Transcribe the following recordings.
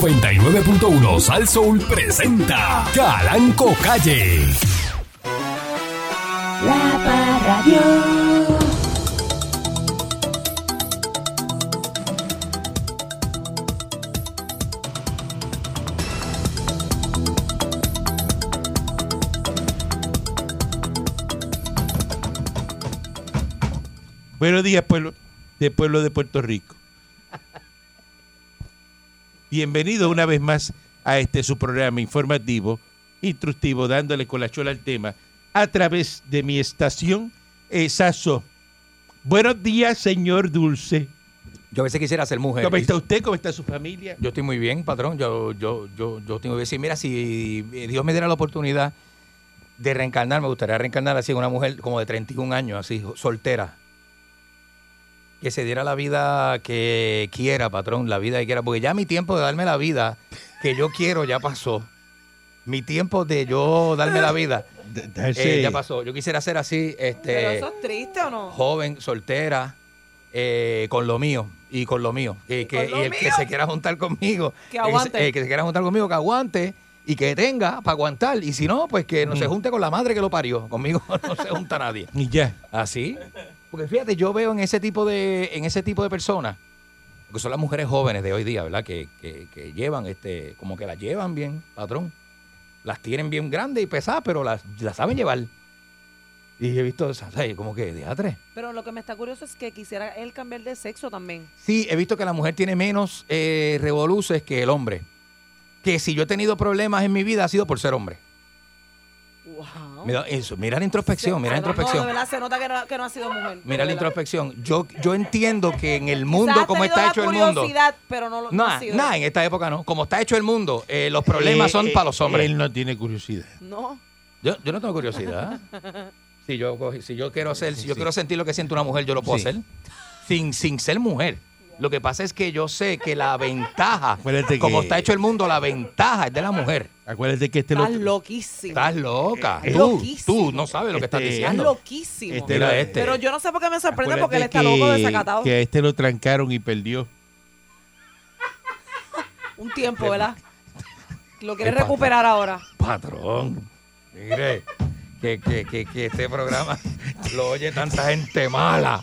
99.1 Sal Soul presenta Calanco Calle. La Parradio. Buenos días, pueblo de pueblo de Puerto Rico. Bienvenido una vez más a este su programa informativo, instructivo, dándole con la chola al tema, a través de mi estación, eh, Sasso. Buenos días, señor Dulce. Yo a veces quisiera ser mujer. ¿Cómo está usted? ¿Cómo está su familia? Yo estoy muy bien, patrón. Yo, yo, yo, yo tengo que decir, mira, si eh, Dios me diera la oportunidad de reencarnar, me gustaría reencarnar así una mujer como de 31 años, así, soltera. Que se diera la vida que quiera, patrón, la vida que quiera. Porque ya mi tiempo de darme la vida que yo quiero ya pasó. Mi tiempo de yo darme la vida eh, ya pasó. Yo quisiera ser así, Pero este, eso es triste o no? joven, soltera, eh, con lo mío y con lo mío. Y, que, con lo y el que mío. se quiera juntar conmigo, Que el se- aguante. El, que se quiera juntar conmigo, que aguante y que tenga para aguantar. Y si no, pues que no se junte con la madre que lo parió. Conmigo no se junta nadie. Y ya. Así. Porque fíjate, yo veo en ese tipo de, en ese tipo de personas, que son las mujeres jóvenes de hoy día, ¿verdad? Que, que- que llevan, este, como que las llevan bien, patrón. Las tienen bien grandes y pesadas, pero las, las saben llevar. Y he visto, esas, ¿sabes? Como que, diatre. Pero lo que me está curioso es que quisiera él cambiar de sexo también. Sí, he visto que la mujer tiene menos eh, revoluces que el hombre. Que si yo he tenido problemas en mi vida ha sido por ser hombre. Wow. Mira, eso, mira la introspección, mira la No, No, de introspección. verdad, se nota que no, que no ha sido mujer. Mira la De verdad. introspección. Yo, yo entiendo que en el Quizás mundo, ha como tenido está la hecho el mundo. curiosidad, pero no lo no ha Nada, sido. nada, en esta época no. Como está hecho el mundo, eh, los problemas son Eh, para los hombres. Él no tiene curiosidad. No. Yo, yo no tengo curiosidad. si yo, cogí- si yo quiero hacer, si yo quiero sentir lo que siente una mujer, yo lo puedo Sí. hacer. Sin, sin ser mujer. Lo que pasa es que yo sé que la ventaja, Acuérdate como que- está hecho el mundo, la ventaja es de la mujer. Acuérdate que este lo. Estás loquísimo. Estás loca. Eh, tú, loquísimo. tú no sabes lo que Este, estás Estás diciendo. loquísimo. Este Mira lo- este. Pero yo no sé por qué me sorprende acuérdate porque él está loco que- desacatado. Que a este lo trancaron y perdió. Un tiempo, ¿verdad? Lo quiere Ay, pata. recuperar ahora. Patrón. Mire, que, que, que, que este programa lo oye tanta gente mala.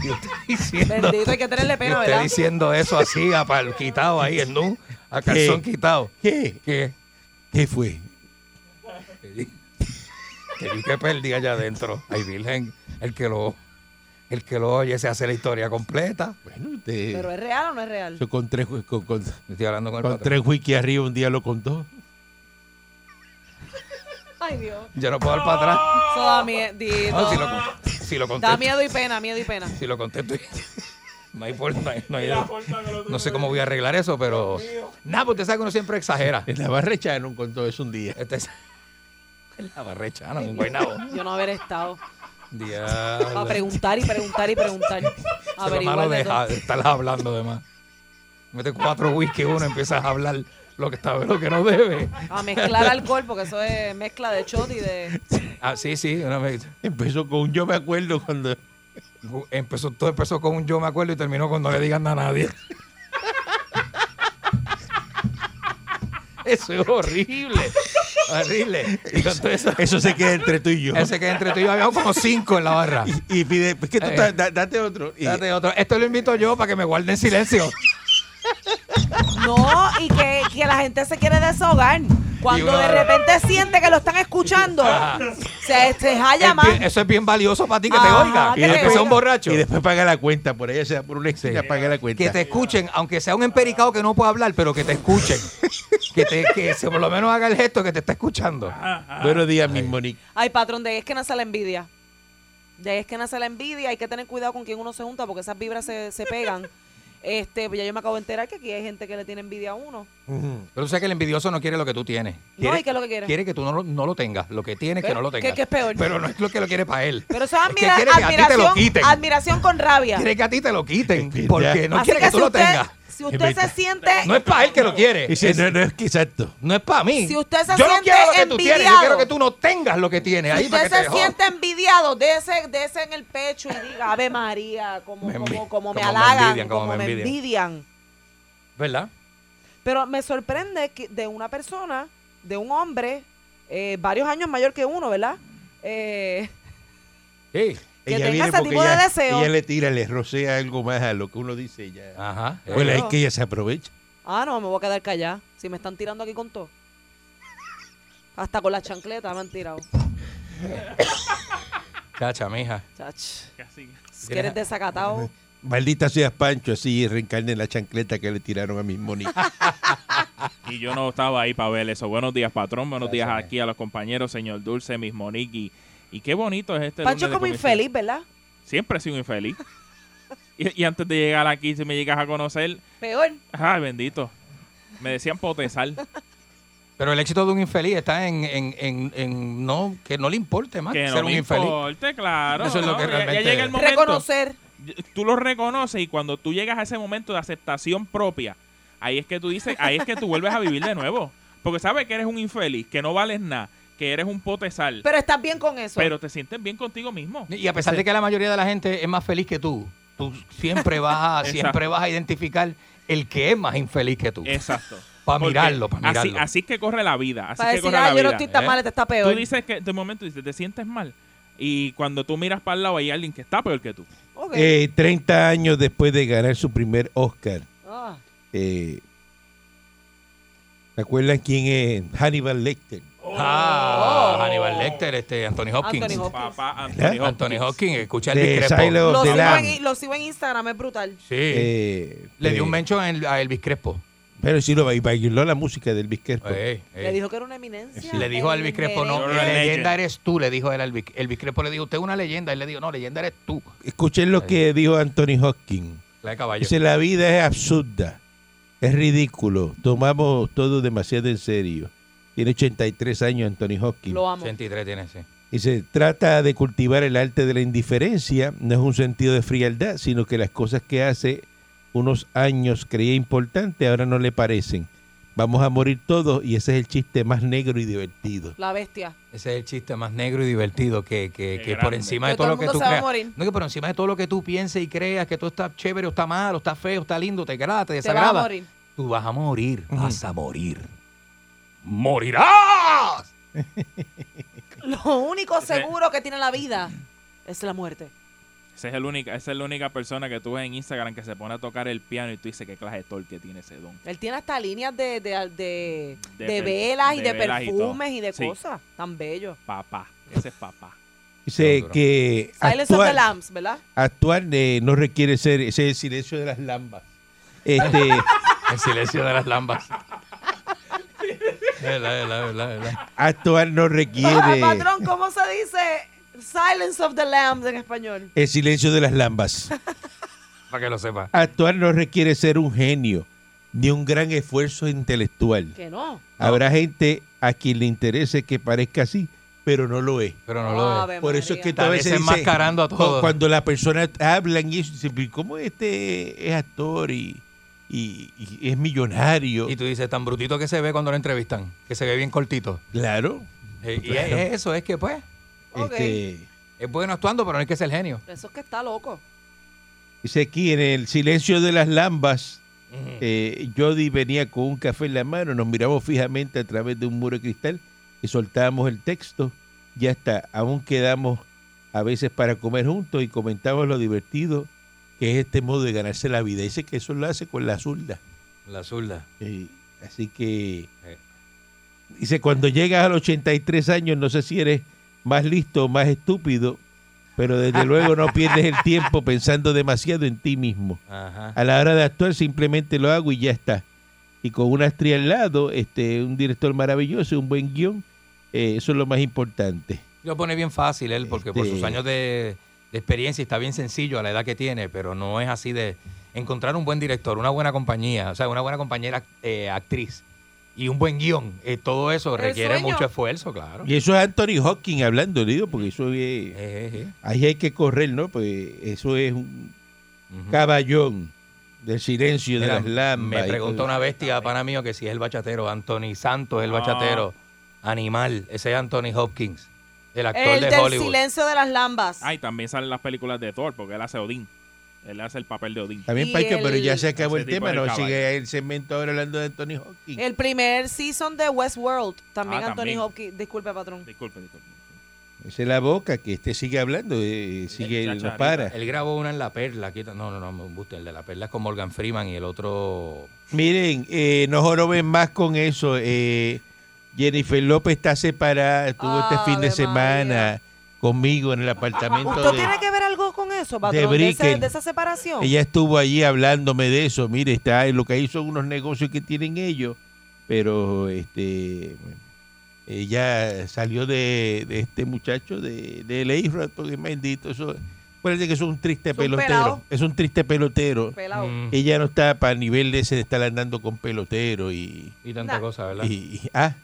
Y usted diciendo, Bendito, hay que tenerle y pena, usted ¿verdad? diciendo eso así, a pal quitado ahí, en nu, a calzón ¿Qué? quitado. ¿Qué? ¿Qué? ¿Qué fue? Que vi que perdí allá adentro. Ay, Virgen, el que lo, el que lo oye se hace la historia completa. Bueno, usted. Pero es real o no es real. eso con tres, ju- con- con- Estoy hablando con el Con patrón. tres wiki arriba un día lo contó. Ay, Dios. Yo no puedo dar para atrás. Eso da miedo. No, si lo, si lo Da contesto. miedo y pena, miedo y pena. Si lo contesto. No hay por- no hay- no hay- no sé cómo voy a arreglar eso, pero. Nada, pues usted sabe que uno siempre exagera. En la barra echaron con todo eso un día. Este es. La barrecha, no, un guaynabo. Yo no haber estado. Diablo. A preguntar y preguntar y preguntar. Eso es lo Averiguar malo de de todo. ja- de estar hablando de más. Mete cuatro whisky uno empiezas a hablar lo que está lo que no debe. A mezclar alcohol, porque eso es mezcla de shot y de. Ah, sí, sí, una vez. Empezó con un yo me acuerdo cuando. Empezó, todo empezó con un yo me acuerdo y terminó con no le digan nada a nadie. Eso es horrible. Horrible. Y con todo eso, Eso se queda entre tú y yo. ese que entre tú y yo habíamos como cinco en la barra. Y, y pide, pues que tú Eh. estás- da- date otro. Y- Date otro. Esto lo invito yo para que me guarden silencio. No, y que, que la gente se quiere desahogar. Cuando uno- de repente siente que lo están escuchando, Ajá. se, se jalla más. Es bien- eso es bien valioso para ti que te Ajá, oiga. Ah, que Y después te sea un oiga. borracho. y después paga la cuenta. Por allá se da por una esquina, paga la cuenta. Que te escuchen, aunque sea un empericado que no pueda hablar, pero que te escuchen. que, te, que se por lo menos haga el gesto que te está escuchando. Buenos días, mi Monique. Ay, patrón, de ahí es que nace la envidia. De ahí es que nace la envidia. Hay que tener cuidado con quién uno se junta, porque esas vibras se, se pegan. Este, pues ya yo me acabo de enterar que aquí hay gente que le tiene envidia a uno. Pero tú sabes que el envidioso no quiere lo que tú tienes. No, Quiere, ¿y qué es lo que quiere? quiere que tú no lo, no lo tengas. Lo que tienes, que ¿Ves? no lo ¿Qué- tengas. qué es peor? Pero no es lo que lo quiere para él. Pero eso es Es que admira- quiere que a ti te lo admiración, quiten. admiración con rabia. Quiere que a ti te lo quiten. Es Porque verdad. no quiere que, tú si lo usted, tengas. Si usted se verdad. siente No es para él que lo quiere. Y si Es- no, no es que exacto. no es para mí. Si usted se yo no siente quiero lo que tú tienes. Yo envidiado. quiero que tú no tengas lo que tienes. Ahí Si para que usted te se jodas. siente envidiado, dése, dése en el pecho y diga, Ave María, como Me me, envi- como, como me como me halagan, envidian, como, me envidian. ¿Verdad? Pero me sorprende que de una persona, de un hombre, eh, varios años mayor que uno, ¿verdad? Eh, Sí. Que tenga ese tipo de ella, deseo. ella le tira, le rocea algo más a lo que uno dice. y ya. Ajá. Ah, Eh, Bueno, Claro. es que ella se aprovecha. ah, no, me voy a quedar callada. Si me están tirando aquí con todo. Hasta con la chancleta me han tirado. Chacha, mija. Chach, Casi. es que eres desacatado. Maldita seas Pancho, así reencarne la chancleta que le tiraron a mis monitas. Y yo no estaba ahí para ver eso. Buenos días, patrón. Buenos días aquí a los compañeros, señor Dulce, mis Monique. Y, y qué bonito es este. Pancho lunes es de como comienzo. infeliz, ¿verdad? Siempre he sido infeliz. y, y antes de llegar aquí, si me llegas a conocer, Peor. ay, bendito. Me decían potesal. Pero el éxito de un infeliz está en, en, en, en no, que no le importe más que Ah, ser no un me infeliz. importe, claro. Eso es lo ¿no? que Ya- realmente- Ya llega el momento. Reconocer. Tú lo reconoces y cuando tú llegas a ese momento de aceptación propia, ahí es que tú dices, ahí es que tú vuelves a vivir de nuevo. Porque sabes que eres un infeliz, que no vales nada, que eres un potesal. Pero estás bien con eso. Pero te sientes bien contigo mismo. Y a pesar de que la mayoría de la gente es más feliz que tú, tú siempre vas a, Exacto. siempre vas a identificar el que es más infeliz que tú. Exacto. Para Porque mirarlo, para así- mirarlo. Así, es que corre la vida. Así para que decir, corre la ah, yo no vida. estoy tan ¿eh? mal, este está Tú peor. dices que de momento dices, te sientes mal. Y cuando tú miras para el lado hay alguien que está peor que tú. Ok. Eh, 30 años después de ganar su primer Oscar, Ah, eh, ¿se acuerdan quién es Hannibal Lecter? Ah, Oh. Hannibal Lecter, este, Anthony Hopkins. Anthony Hopkins. Papá Anthony ¿Verdad? Hopkins. Anthony Hopkins, escucha el De discrepo. Silo- lo, de sigo Lam. en, lo sigo en Instagram, es brutal. Sí. Eh, Le dio un eh, mention en- a Elvis Crespo. Pero sí lo ba- bailó la música del Vizquerpo. Ey, ey. Le dijo que era una eminencia. Le dijo a Elvis el Crespo, no, You're merengue. a la legend. leyenda eres tú, le dijo él a Elvis. Elvis Crespo le dijo, usted es una leyenda. Él le dijo, no, leyenda eres tú. Escuchen lo Ahí. que dijo Anthony Hopkins. La de caballo. Dice, la vida es absurda, es ridículo, tomamos todo demasiado en serio. Tiene 83 años Anthony Hopkins. Lo amo. 83 tiene, sí. Y se trata de cultivar el arte de la indiferencia, no es un sentido de frialdad, sino que las cosas que hace unos años creía importante ahora no le parecen. Vamos a morir todos y ese es el chiste más negro y divertido. La bestia. Ese es el chiste más negro y divertido que, que, Qué que por grande. encima de Que todo todo lo el que tú mundo se va a creas. morir. No, que por encima de todo lo que tú pienses y creas que tú estás chévere o está mal o está feo, o está lindo, te agrada, te Te vas a desagrada. morir. Tú vas a morir, Ujú. vas a morir. ¡Morirás! Lo único Ese- seguro que tiene la vida es la muerte. Esa es, el única, esa es la única persona que tú ves en Instagram que se pone a tocar el piano y tú dices qué clase de torque tiene ese don. Él tiene hasta líneas de, de, de, De de per- velas y de de, velas y perfumes todo. y, de Sí. cosas. Tan bello. Papá. Ese es papá. Dice Seguro. que Silence of the actuar, Lambs, ¿verdad? actuar, eh, no requiere ser, ese es el silencio de las lambas. Este, El silencio de las lambas. Es la- es la- es la- es la. actuar no Ah, requiere patrón, ¿cómo se dice Silence of the Lambs en español? el silencio de las lambas. Para que lo sepa. Actuar no requiere ser un genio ni un gran esfuerzo intelectual. Que no. Habrá gente a quien le interese que parezca así, pero no lo es. Pero no lo es. Ave Por eso es María. que tú a Tal vez veces dices, enmascarando a cu- todos. cuando las personas hablan y eso, dicen, "Pero ¿cómo este es actor y, y- y es millonario? Y tú dices, tan brutito que se ve cuando lo entrevistan, que se ve bien cortito. claro. Eh, Y Claro. es eso, es que pues, Ok. Este, es bueno actuando, pero no hay que ser genio. Eso es que está loco. dice aquí, en el silencio de las lambas, eh, Jody venía con un café en la mano, nos miramos fijamente a través de un muro de cristal y soltábamos el texto. Ya está, aún quedamos a veces para comer juntos y comentamos lo divertido que es este modo de ganarse la vida. Dice que eso lo hace con la zurda. La zurda. Eh, así que dice, cuando llegas a los 83 años, no sé si eres más listo o más estúpido, pero desde luego no pierdes el tiempo pensando demasiado en ti mismo. Ajá. A la hora de actuar simplemente lo hago y ya está. Y con una estrella al lado, este, un director maravilloso, un buen guión, eh, eso es lo más importante. Lo pone bien fácil él, porque por sus Este- años de, de experiencia está bien sencillo a la edad que tiene, pero no es así de encontrar un buen director, una buena compañía, o sea, una buena compañera eh, actriz y un buen guión. eh, todo eso El requiere sueño. mucho esfuerzo, claro. Y eso es Anthony Hopkins hablando, digo, porque eso es, Eh, eh, eh. ahí hay que correr, ¿no? Pues eso es un Ujú. caballón del silencio Mira, de las lambas. me y pregunta todo. una bestia, pana mío, que si es el bachatero, Anthony Santos, Ah. el bachatero, animal, ese es Anthony Hopkins, el actor El de del Hollywood. silencio de las lambas. Ay, también salen las películas de Thor porque él hace Odín. Él hace el papel de Odín. También, Y Paico, el- pero ya se acabó Ese el tipo tema, del no caballo. sigue el segmento ahora hablando de Anthony Hopkins. El primer season de Westworld, también Ah, Anthony también. Hopkins. Disculpe, patrón. Disculpe, disculpe. Esa es la boca, que este sigue hablando, eh, sigue, chacharita. no para. Él grabó una en La Perla. Aquí, no, no, no, me gusta el de La Perla es con Morgan Freeman y el otro... Miren, eh, no joroben más con eso. eh, Jennifer López está separada, estuvo este fin Ave de semana conmigo en el apartamento ¿Usted de... tiene que ver algo con eso, patrón? De, ese- Brickell. de esa separación. Ella estuvo allí hablándome de eso. Mire, está eh, lo que hizo unos negocios que tienen ellos, pero este ella salió de, de este muchacho de, de L.A. Rato, que maldito. Eso, acuérdate que es un triste Es un pelotero. pelao. es un triste pelotero. Pelado. Mm, y, Ella no está para nivel de ese de estar andando con pelotero y. tanta Nah. cosa, ¿verdad? y- y- ah,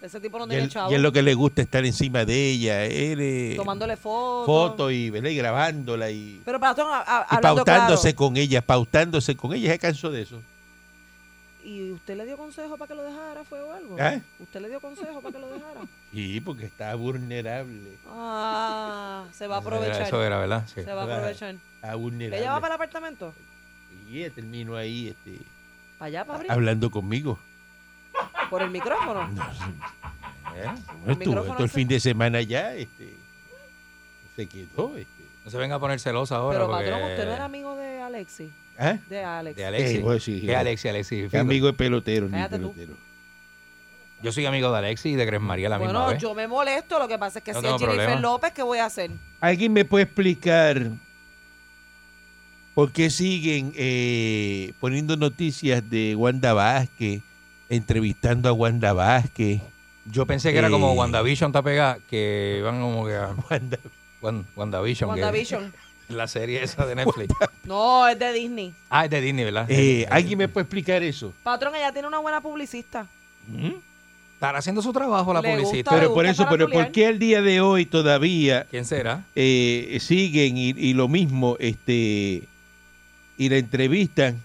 Ese tipo no y, tiene él- chavo. y es lo que le gusta estar encima de ella. Él, eh, Tomándole fotos. fotos y, ¿verdad? y grabándola y. Pero patrón, a- a- y hablando pautándose claro. con ella, pautándose con ella, se cansó de eso. ¿Y usted le dio consejo para que lo dejara? ¿Fue o algo? ¿Ah? ¿Usted le dio consejo para que lo dejara? Sí, porque está vulnerable. Ah, se va a Eso era- aprovechar. Eso era, ¿verdad? Sí. Se va a aprovechar. Está vulnerable. ¿Ella va para el apartamento? Y ella terminó ahí este, ¿Para allá, para abrir? hablando conmigo. ¿Por el micrófono? No, sí. ¿Eh? No El estuvo micrófono todo el se- fin de semana ya. Este, se quedó. Este. No se venga a poner celosa ahora. Pero porque... patrón, usted no era amigo de Alexi. ¿Ah? De Alex. De Alexis. Eh, pues sí. ¿Qué Alexis, Alexis? Qué amigo de pelotero, ni Cállate tú. pelotero. Yo soy amigo de Alexis y de Gres María la misma bueno, vez. yo me molesto. Lo que pasa es que No si es tengo Jennifer problema. López, ¿qué voy a hacer? ¿Alguien me puede explicar por qué siguen eh, poniendo noticias de Wanda Vázquez, entrevistando a Wanda Vázquez? Yo pensé que era como Eh. WandaVision está pegada, que van como que a Wanda Wan- WandaVision, que- WandaVision. la serie esa de Netflix. No, es de Disney. ah, es de Disney, ¿verdad? Eh, ¿Alguien me puede explicar eso? Patrón, ella tiene una buena publicista. Estará haciendo su trabajo la Le gusta publicista. de- Pero por gusta eso, pero farfulear. ¿por qué al día de hoy todavía ¿Quién será? eh, siguen y, y lo mismo, este, y la entrevistan?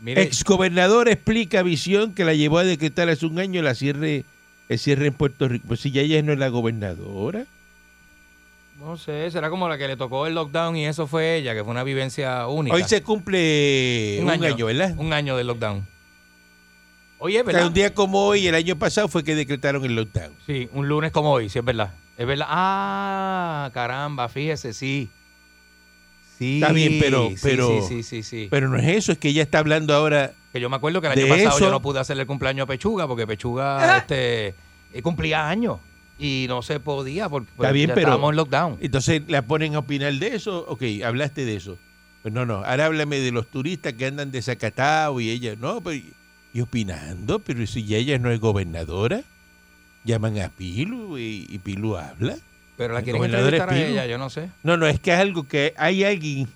Mire, Exgobernador explica visión que la llevó a decretar hace un año la cierre, el cierre en Puerto Rico. Pues si ya ella no es la gobernadora. no sé, será como la que le tocó el lockdown y eso fue ella, que fue una vivencia única. Hoy se cumple un, año, ¿verdad? Un año del lockdown. Oye, es O sea, ¿verdad? un día como hoy, el año pasado, fue que decretaron el lockdown. Sí, un lunes como hoy, sí, es verdad. Es verdad. Ah, caramba, fíjese, sí. Sí. Está bien, pero- sí, pero- Sí, sí, sí, sí. Pero no es eso, es que ella está hablando ahora. Que yo me acuerdo que el año De pasado eso- Ah. yo no pude hacerle el cumpleaños a Pechuga porque Pechuga este, eh, cumplía años y no se podía porque pues, bien, ya pero- eh, estábamos en lockdown. Entonces la ponen a opinar de eso. Ok, hablaste de eso. Pues no, no. Ahora háblame de los turistas que andan desacatados y ella, no, pero. Y opinando, pero si ya ella no es gobernadora, llaman a Pilu y, y Pilu habla. Pero la el quieren gobernador entrevistar a es Pino. ella, yo no sé. No, no, es que es algo que hay alguien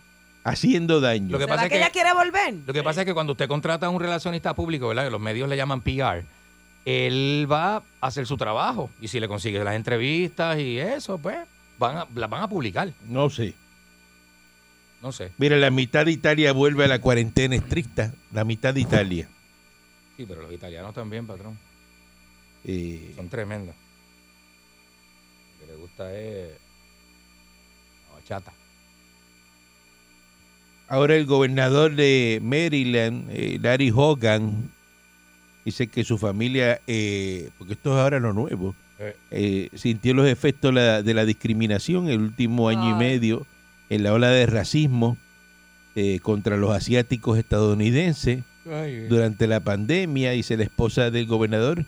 haciendo daño. Lo que ¿Será pasa que, es que- ella quiere volver? Lo que pasa es que cuando usted contrata a un relacionista público, ¿verdad? Que los medios le llaman PR, él va a hacer su trabajo y si le consigue las entrevistas y eso, pues van a- las van a publicar. No sé. No sé. Mira, la mitad de Italia vuelve a la cuarentena estricta. La mitad de Italia. Sí, pero los italianos también, patrón. Eh, Son tremendos. Lo que le gusta es la bachata. Ahora el gobernador de Maryland, eh, Larry Hogan, dice que su familia, eh, porque esto es ahora lo nuevo, Eh. eh, sintió los efectos la- de la discriminación el último año y Ay. medio en la ola de racismo eh, contra los asiáticos estadounidenses durante la pandemia. Dice la esposa del gobernador,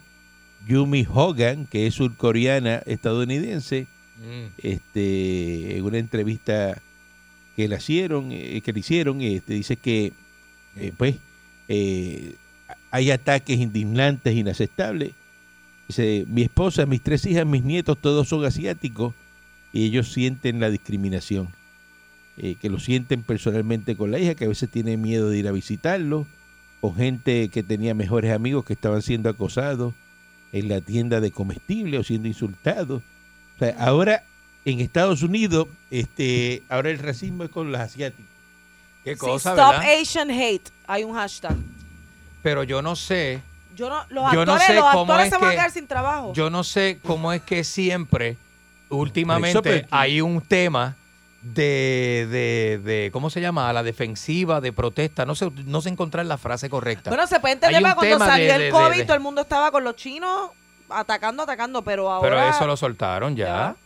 Yumi Hogan, que es surcoreana estadounidense, Mm. este, en una entrevista que le hicieron, eh, que le hicieron, este, dice que eh, pues eh, hay ataques indignantes, inaceptables. Dice, mi esposa, mis tres hijas, mis nietos, todos son asiáticos y ellos sienten la discriminación. Eh, que lo sienten personalmente con la hija, que a veces tiene miedo de ir a visitarlo, con gente que tenía mejores amigos que estaban siendo acosados en la tienda de comestibles o siendo insultados. O sea, ahora en Estados Unidos, este, ahora el racismo es con los asiáticos. Qué Sí, cosa, Stop ¿verdad? Asian Hate. Hay un hashtag. Pero yo no sé, Yo no, los Yo no actores, sé los cómo actores es se van a que- quedar sin trabajo. yo no sé cómo es que siempre, Por eso, últimamente, pero- hay un tema de, de, de- ¿cómo se llama? A la defensiva, de protesta. No sé, no sé encontrar la frase correcta. Bueno, se puede Hay entender un porque tema cuando de- salió de- de- el COVID, de- todo el mundo estaba con los chinos atacando, atacando, pero ahora. pero eso lo soltaron ya. Ya.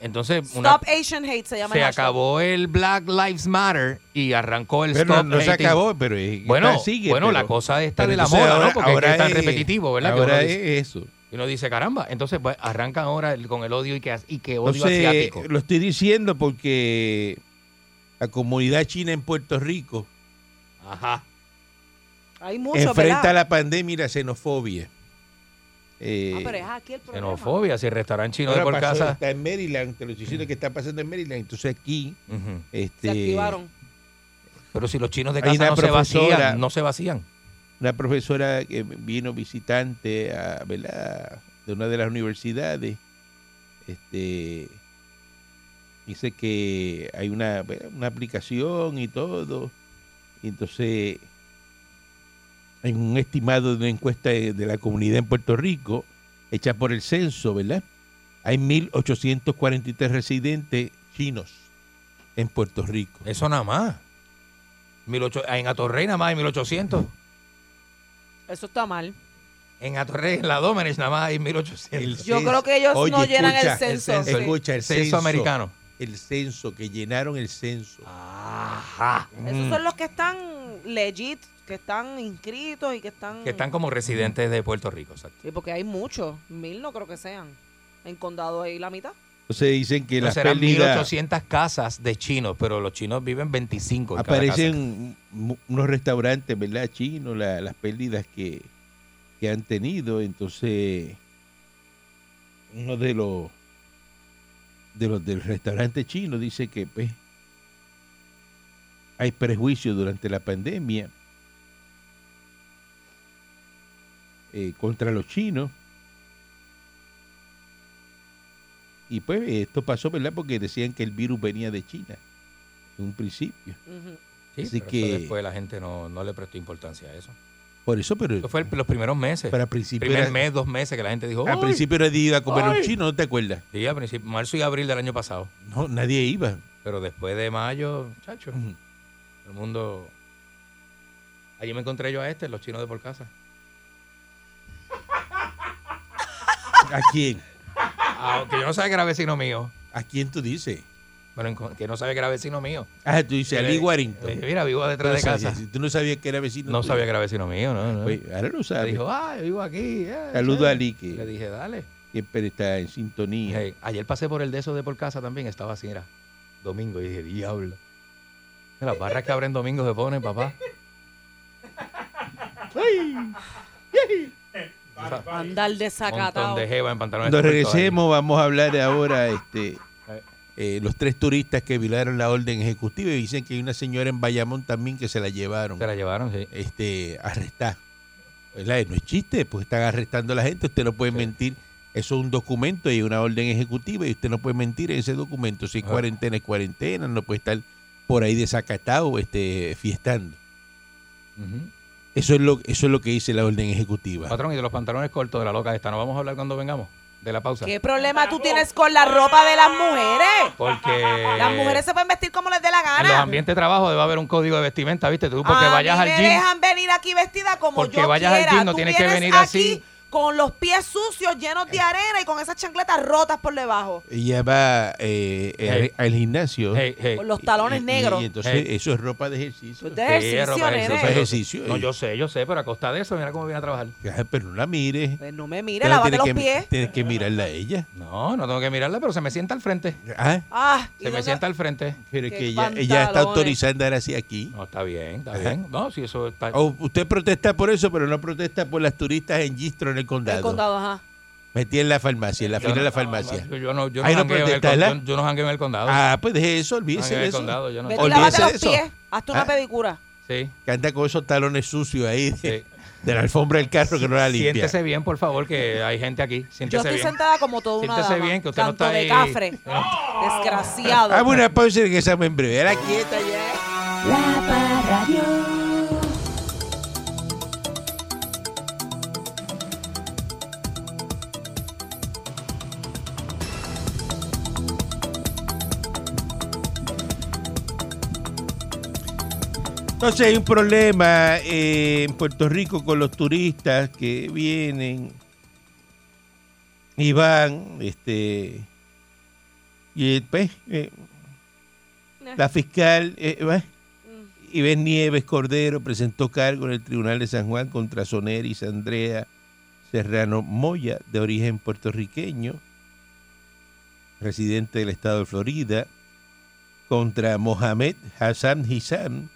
Entonces, Stop una, Asian Hate se llama. se el hashtag. acabó el Black Lives Matter y arrancó el Pero no, Stop no se Hating. acabó, pero eh, Bueno, está- sigue. bueno pero- la cosa está pero de la entonces moda, ¿no? ahora- Porque es que es tan es- repetitivo, ¿verdad? Que Ahora uno es dice- eso. Y uno dice, caramba. Entonces, pues, arrancan ahora el- con el odio y que, y que odio Entonces, asiático. lo estoy diciendo porque la comunidad china en Puerto Rico Ajá. Hay mucho, enfrenta ¿verdad? la pandemia y la xenofobia. Eh, Ah, pero es aquí el problema. Xenofobia, si el restaurante chino de ahora por pasó, casa. Está en Maryland, te lo estoy diciendo que está pasando en Maryland. Entonces aquí, Ujú. Se este, activaron. Pero si los chinos de Hay casa una no se profesora- vacían, no se vacían. una profesora que vino visitante a, ¿verdad? de una de las universidades, este, dice que hay una, ¿verdad? una aplicación y todo, y entonces en un estimado de una encuesta de, de la comunidad en Puerto Rico, hecha por el censo, ¿verdad? Hay 1.843 residentes chinos en Puerto Rico. Eso nada más. 1800 en Atorrey nada más hay 1800. Eso está mal. En Atorrey, en la Domenech nada más hay 1800. Yo Censo. creo que ellos no Oye, llenan escucha, el censo. el censo. sí. Escucha, el Censo censo americano. El censo, que llenaron el censo. Ajá. Mm. Esos son los que están legit, que están inscritos y que están. Que están como residentes de Puerto Rico, exacto. Sí, porque hay muchos. Mil no creo que sean. En condado hay la mitad. Entonces dicen que Entonces, las serán pérdidas 1800 casas de chinos, pero los chinos viven 25 en cada casa. aparecen mu- unos restaurantes, ¿verdad? Chinos, la- las pérdidas que, que han tenido. Entonces, uno de los de los del restaurante chino dice que pues, hay prejuicio durante la pandemia eh, contra los chinos. Y pues esto pasó, ¿verdad? Porque decían que el virus venía de China en un principio. Ujú. Sí, Así pero que- eso después la gente no, no le prestó importancia a eso. Por eso, pero Eso fue el- los primeros meses. para el principio primer era, mes, dos meses que la gente dijo. a "Ay". principio era de ir a comer ¡Ay! un chino, ¿no te acuerdas? Sí, a principio, marzo y abril del año pasado. No, nadie iba. Pero después de mayo, chacho, todo el mundo. Allí me encontré yo a este, los chinos de por casa. ¿A quién? Ah, que yo no sabía que era vecino mío. ¿A quién tú dices? Bueno, enco- que no sabía que era vecino mío. Ah, tú dices, a Lee Warrington. Eh, Mira, vivo Tú no detrás de sabías, casa. si tú no sabías que era vecino. No tuyo. sabía que era vecino mío, ¿no? no. Pues, ahora lo Me sabes. dijo, ah, yo vivo aquí. eh, Saludo chévere". a Ali, que- Le dije, dale. Siempre está en sintonía. Dije, ayer pasé por el de esos de por casa también, estaba así, era domingo. Y dije, diablo. Las barras que abren domingo se ponen, papá. Andar Un montón desacatado. de jeva en pantalones. Cuando cortos ahí. regresemos vamos a hablar ahora este eh, los tres turistas que violaron la orden ejecutiva y dicen que hay una señora en Bayamón también que se la llevaron. Se la llevaron, sí. este, arrestar. ¿Verdad? No es chiste, pues están arrestando a la gente, usted no puede Sí. mentir. Eso es un documento y una orden ejecutiva y usted no puede mentir en ese documento. Si es Ajá. cuarentena, es cuarentena, no puede estar por ahí desacatado este, fiestando. Ujú. Eso es, lo, eso es lo que dice la orden ejecutiva. Patrón, y de los pantalones cortos de la loca esta, no vamos a hablar cuando vengamos de la pausa. ¿Qué problema tú tienes con la ropa de las mujeres? Porque Las mujeres se pueden vestir como les dé la Eh. en los gana. ambientes de trabajo debe haber un código de vestimenta, ¿viste? Tú porque a vayas mí al me gym, dejan venir aquí vestida como Porque yo vayas al quiera. gym no Tú tienes que vienes venir aquí así. con los pies sucios, llenos de arena y con esas chancletas rotas por debajo. Ella va eh, eh, al gimnasio. hey, hey, Con los talones y- y- negros. Y, entonces Hey. eso es ropa de ejercicio. Pues de sí, ejercicio, ropa de nene. Eso es ejercicio. No, eh. yo sé, yo sé, pero a costa de eso, mira cómo viene a trabajar. Ah, Pero no la mires. Pues no me mire, Usted no lávate tiene los que mi- pies. Tienes que mirarla a ella. No, no tengo que mirarla, pero se me sienta al frente. Ah, Ah, ¿y Se me dónde- sienta al frente. pero es Qué que ella, ella está pantalones. autorizada a andar así aquí. No, está bien, está Ajá. bien. No, si eso está. Ah, O usted protesta por eso, pero no protesta por las turistas en Gistro en el condado. El condado, ajá. Metí en la farmacia, en la Yo fila no- de la farmacia. Yo, yo no, yo no, Ahí no jangueo en el, protesta, con- ¿verdad? yo, yo no jangueo en el condado. Ah, pues deje eso, Yo no jangueo olvídese en de el eso. condado, yo no. Ve tú, Olvídese lávate de los eso. pies. Hazte una Ah. pedicura. Sí, Que anda con esos talones sucios ahí de, sí. de la alfombra del carro que no la limpia. Siéntese bien, por favor, que hay gente aquí. Yo Siéntese estoy bien. sentada como toda una Siéntese dama. bien, que usted no Canto está de ahí. cafre. Desgraciado. Hago una pausa y regresamos en breve. Era quieta ya. La Parradio. Entonces hay un problema eh, en Puerto Rico con los turistas que vienen y van, este, y pues, eh, Eh. la fiscal eh, va, Mm. Ibes Nieves Cordero presentó cargo en el Tribunal de San Juan contra Soneris Andrea Serrano Moya, de origen puertorriqueño, residente del estado de Florida, contra Mohamed Hassan Hissam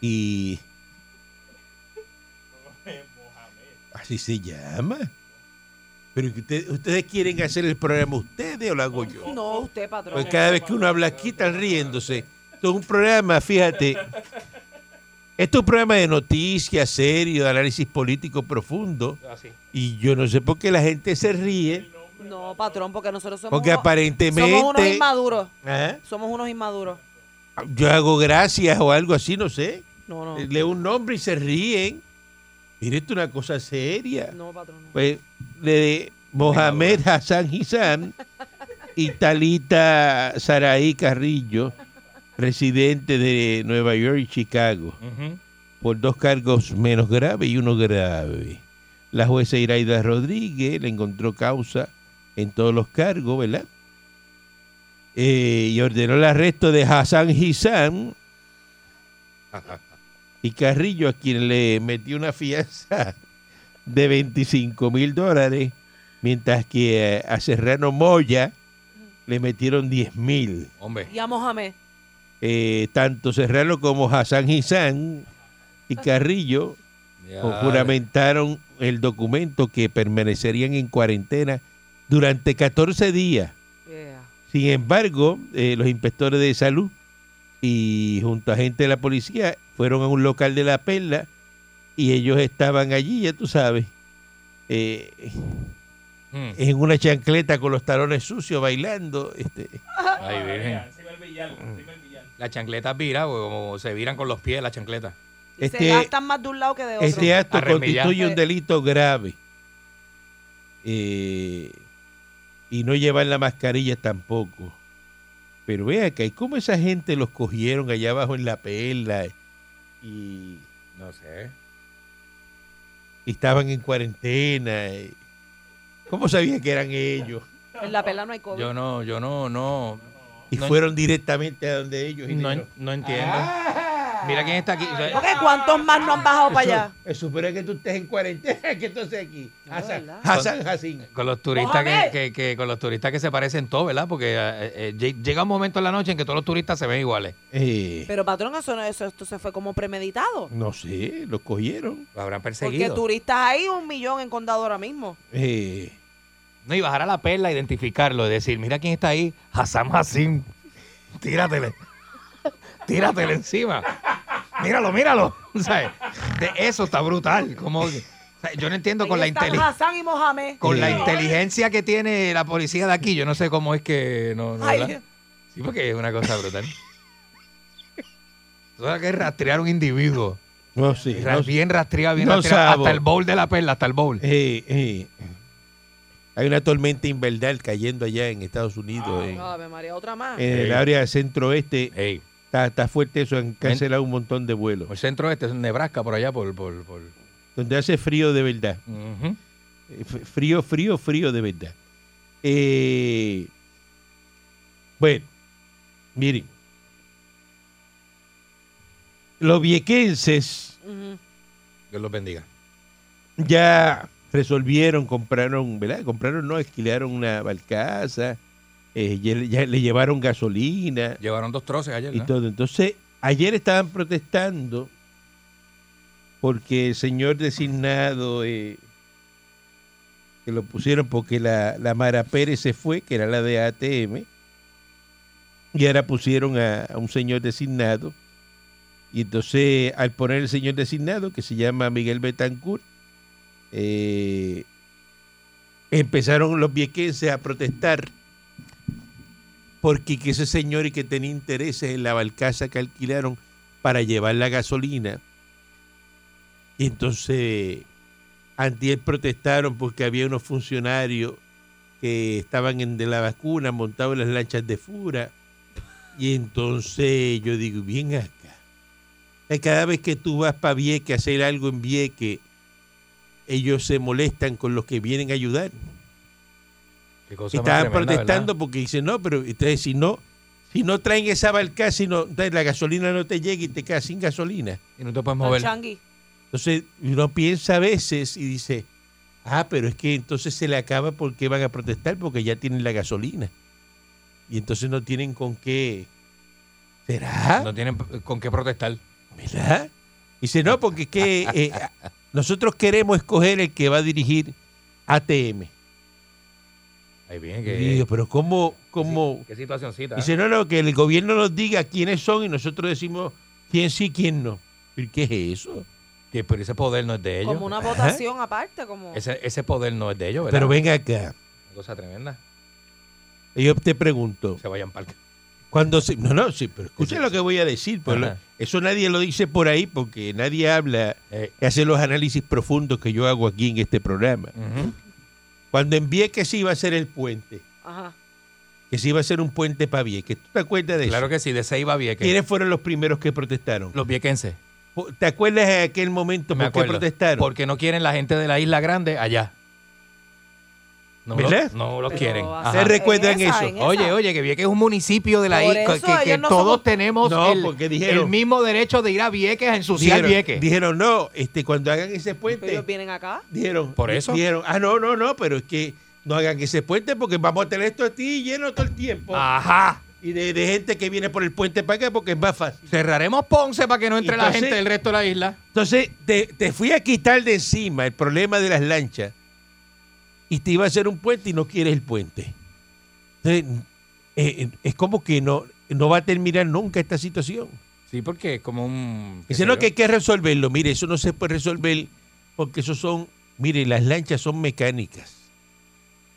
y... Así se llama. Pero que usted- ustedes quieren hacer el programa ustedes o lo hago yo. No, usted, patrón. Pues cada vez que uno habla aquí están riéndose. Esto es un programa, fíjate. Esto es un programa de noticias serio, de análisis político profundo. Y yo no sé por qué la gente se ríe, No, patrón, porque nosotros somos, porque unos- somos unos aparentemente inmaduros. Ajá. Somos unos inmaduros. yo hago gracias o algo así, no sé. No, no. Leo un nombre y se ríen. Mire, esto es una cosa seria. No, patrón. no. Pues de Mohamed Hassan Hissam y Talita Saraí Carrillo, residente de Nueva York y Chicago, Ujú. por dos cargos menos graves y uno grave. La jueza Iraida Rodríguez le encontró causa en todos los cargos, ¿verdad? Eh, y ordenó el arresto de Hassan Hissam y Carrillo, a quien le metió una fianza de 25 mil dólares, mientras que eh, a Serrano Moya le metieron 10 mil. Hombre, Y a Mohamed. Eh, tanto Serrano como Hassan Hissán y Carrillo ya. juramentaron el documento que permanecerían en cuarentena durante 14 días. Yeah. Sin embargo, eh, los inspectores de salud y junto a gente de la policía fueron a un local de la perla y ellos estaban allí, ya tú sabes, eh, Mm. en una chancleta con los talones sucios bailando. Este, Ay, virgen. Encima el villano, encima el villano. La chancleta vira, porque como se viran con los pies la chancleta. Este- se gastan más de un lado que de otro. este acto Arremillado. constituye un delito grave. Eh, y no llevar la mascarilla tampoco. Pero vea acá, ¿y cómo esa gente los cogieron allá abajo en la perla eh, y No sé. y estaban en cuarentena. eh. ¿Cómo sabían que eran ellos? en la pela no hay COVID. Yo no, yo no, no. Y No- fueron directamente a donde ellos. y No, en- dijeron, no entiendo. Mira quién está aquí. o sea, Porque cuántos más no han bajado para allá. eso, eso, pero es que tú estés en cuarentena, que entonces aquí. Hassan, Ah, ¿verdad? Hassan Hassin. con los turistas que, Mohamed. que- que- con los turistas que se parecen todos, ¿verdad? Porque eh, eh, lle- llega un momento en la noche en que todos los turistas se ven iguales. Eh, Pero patrón, eso no eso, esto se fue como premeditado. no sé, los cogieron. Lo habrán Porque perseguido. turistas hay un millón en condado ahora mismo. Eh, No, y bajar a la perla, identificarlo, y decir, mira quién está ahí, Hassan Hassim. Tíratele. Tíratele encima. Míralo, míralo. ¿Sabes? De eso está brutal. Como, o sea, yo no entiendo Ahí con la están inteligencia. Hassan y Mohamed. Con la Sí. inteligencia que tiene la policía de aquí, yo no sé cómo es que no, no, Ay, ¿verdad? Sí, porque es una cosa brutal. Eso hay que rastrear un individuo. no sé. Ra- no sé. bien rastreado, bien no rastreado. sabo. Hasta el bowl de la perla, hasta el bowl. Eh, eh. Hay una tormenta invernal cayendo allá en Estados Unidos, en- Ave María, otra más. en, el Sí. área centro-oeste. Ey, Está, está fuerte eso, han cancelado un montón de vuelos. el centro este es Nebraska, por allá, por... por, por- Donde hace frío de verdad. Ujú. Eh, f- Frío, frío, frío de verdad. Eh, bueno, miren. Los viequenses Ujú. Dios los bendiga. ya resolvieron, compraron, ¿verdad? Compraron, no, alquilaron una barcaza, eh, ya le- ya le llevaron gasolina Llevaron dos troces ayer, y ¿no? todo. Entonces, ayer estaban protestando porque el señor designado eh, que lo pusieron porque la, la Mara Pérez se fue, que era la de ATM, y ahora pusieron a, a un señor designado. Y entonces, al poner el señor designado, que se llama Miguel Betancourt, eh, empezaron los viequenses a protestar porque que ese señor y que tenía intereses en la barcaza que alquilaron para llevar la gasolina. Y entonces, antier protestaron porque había unos funcionarios que estaban en de la vacuna montados en las lanchas de fura. Y entonces yo digo, bien acá. Eh, Cada vez que tú vas para Vieque a hacer algo en Vieque, ellos se molestan con los que vienen a ayudar. Qué cosa más Estaban tremenda, protestando ¿verdad? porque dicen, no, pero entonces, si no si no traen esa barca, si no, entonces la gasolina no te llega y te quedas sin gasolina. Y no te puedes Los mover. changuis. Entonces uno piensa a veces y dice, ah, pero es que entonces se le acaba porque van a protestar porque ya tienen la gasolina. Y entonces no tienen con qué... ¿Será? No tienen eh, con qué protestar. ¿Verdad? Dice, no, porque es que eh, nosotros queremos escoger el que va a dirigir ATM. Ahí viene Y que. digo, pero ¿cómo? cómo? ¿Qué situacioncita? ¿eh? Dice, no, no, que el gobierno nos diga quiénes son y nosotros decimos quién sí, quién no. ¿Pero qué es eso? Que, pero ese poder no es de ellos. Como una votación aparte, como... Ese, ese poder no es de ellos, ¿verdad? Pero ven acá. Una cosa tremenda. Yo te pregunto, Se vayan parque. cuando se- No, no, sí, pero escuchen lo que voy a decir. pues, Ajá. lo- eso nadie lo dice por ahí porque nadie habla, Eh. hace los análisis profundos que yo hago aquí en este programa. Cuando envié que sí iba a ser el puente, Ajá. que sí iba a ser un puente para Vieques. ¿Tú te acuerdas de Claro eso? que sí, de Seiba a Vieques. ¿Quiénes fueron los primeros que protestaron? Los viequenses. ¿Te acuerdas de aquel momento Me por qué acuerdo. protestaron? Porque no quieren la gente de la isla grande allá. No, lo- ¿Verdad? no los Pero quieren. va a Ajá. Se ser recuerdan en esa, eso. en esa. Oye, oye, que Vieques es un municipio de la Por isla, eso que, que ellos no todos somos- tenemos No, el, porque dijeron- el mismo derecho de ir a Vieques a ensuciar dijeron, Vieques. dijeron, no, este, cuando hagan ese Pero puente, ellos vienen acá. dijeron, Por eso. dijeron, ah, no, no, no, pero es que no hagan ese puente porque vamos a tener esto a ti lleno todo el tiempo. Ah. Ajá. Y de, de gente que viene por el puente para acá porque es más fácil. Cerraremos Ponce para que no entre la Entonces- gente del resto de la isla. Entonces, te, te fui a quitar de encima el problema de las lanchas y te iba a hacer un puente y no quieres el puente. Entonces, eh, eh, es como que no, no va a terminar nunca esta situación. Sí, porque es como un... qué Dice, sé no, yo. que hay que resolverlo. Mire, eso no se puede resolver porque eso son, mire, las lanchas son mecánicas.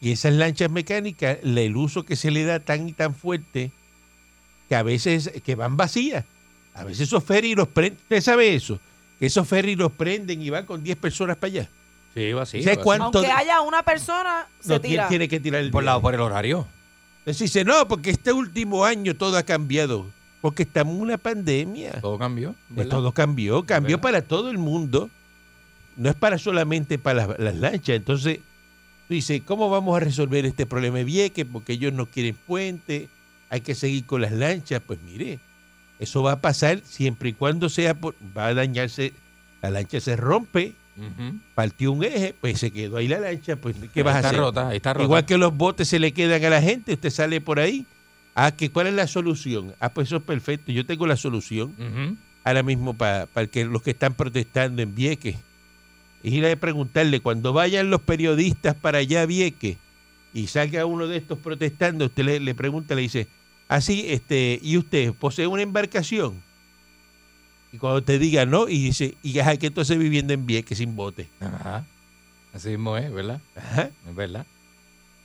Y esas lanchas mecánicas, la- el uso que se le da tan y tan fuerte que a veces que van vacías. A veces esos ferries los prenden. ¿Usted sabe eso? Que esos ferries los prenden y van con 10 personas para allá. Sí, va así. ¿Sabe va cuánto? Aunque haya una persona, No, se ti- tira. tiene que tirar el así. Por, la, dedo. por el horario. Entonces dice, no, porque este último año todo ha cambiado. Porque estamos en una pandemia. Todo cambió. Pues ¿verdad? todo cambió, cambió ¿Verdad? para todo el mundo. No es para solamente para las, las lanchas. Entonces, tú dices, ¿cómo vamos a resolver este problema de Vieques? Porque ellos no quieren puente, hay que seguir con las lanchas. Pues mire, eso va a pasar siempre y cuando sea, por- va a dañarse, la lancha se rompe, Ujú. partió un eje, pues se quedó ahí la lancha, pues ¿qué Ahí vas a está hacer? rota, ahí está rota. Igual que los botes se le quedan a la gente, usted sale por ahí. Ah, que ¿cuál es la solución? Ah, pues eso es perfecto, yo tengo la solución Ujú. ahora mismo para que los que están protestando en Vieques. Es ir a preguntarle, cuando vayan los periodistas para allá a Vieques y salga uno de estos protestando, usted le, le pregunta, le dice, así, este, ¿y usted posee una embarcación? Y cuando te diga no, y dice, y ajá, que entonces viviendo en Vieques sin bote. Ajá. Así mismo es, ¿verdad? Ajá. Es verdad.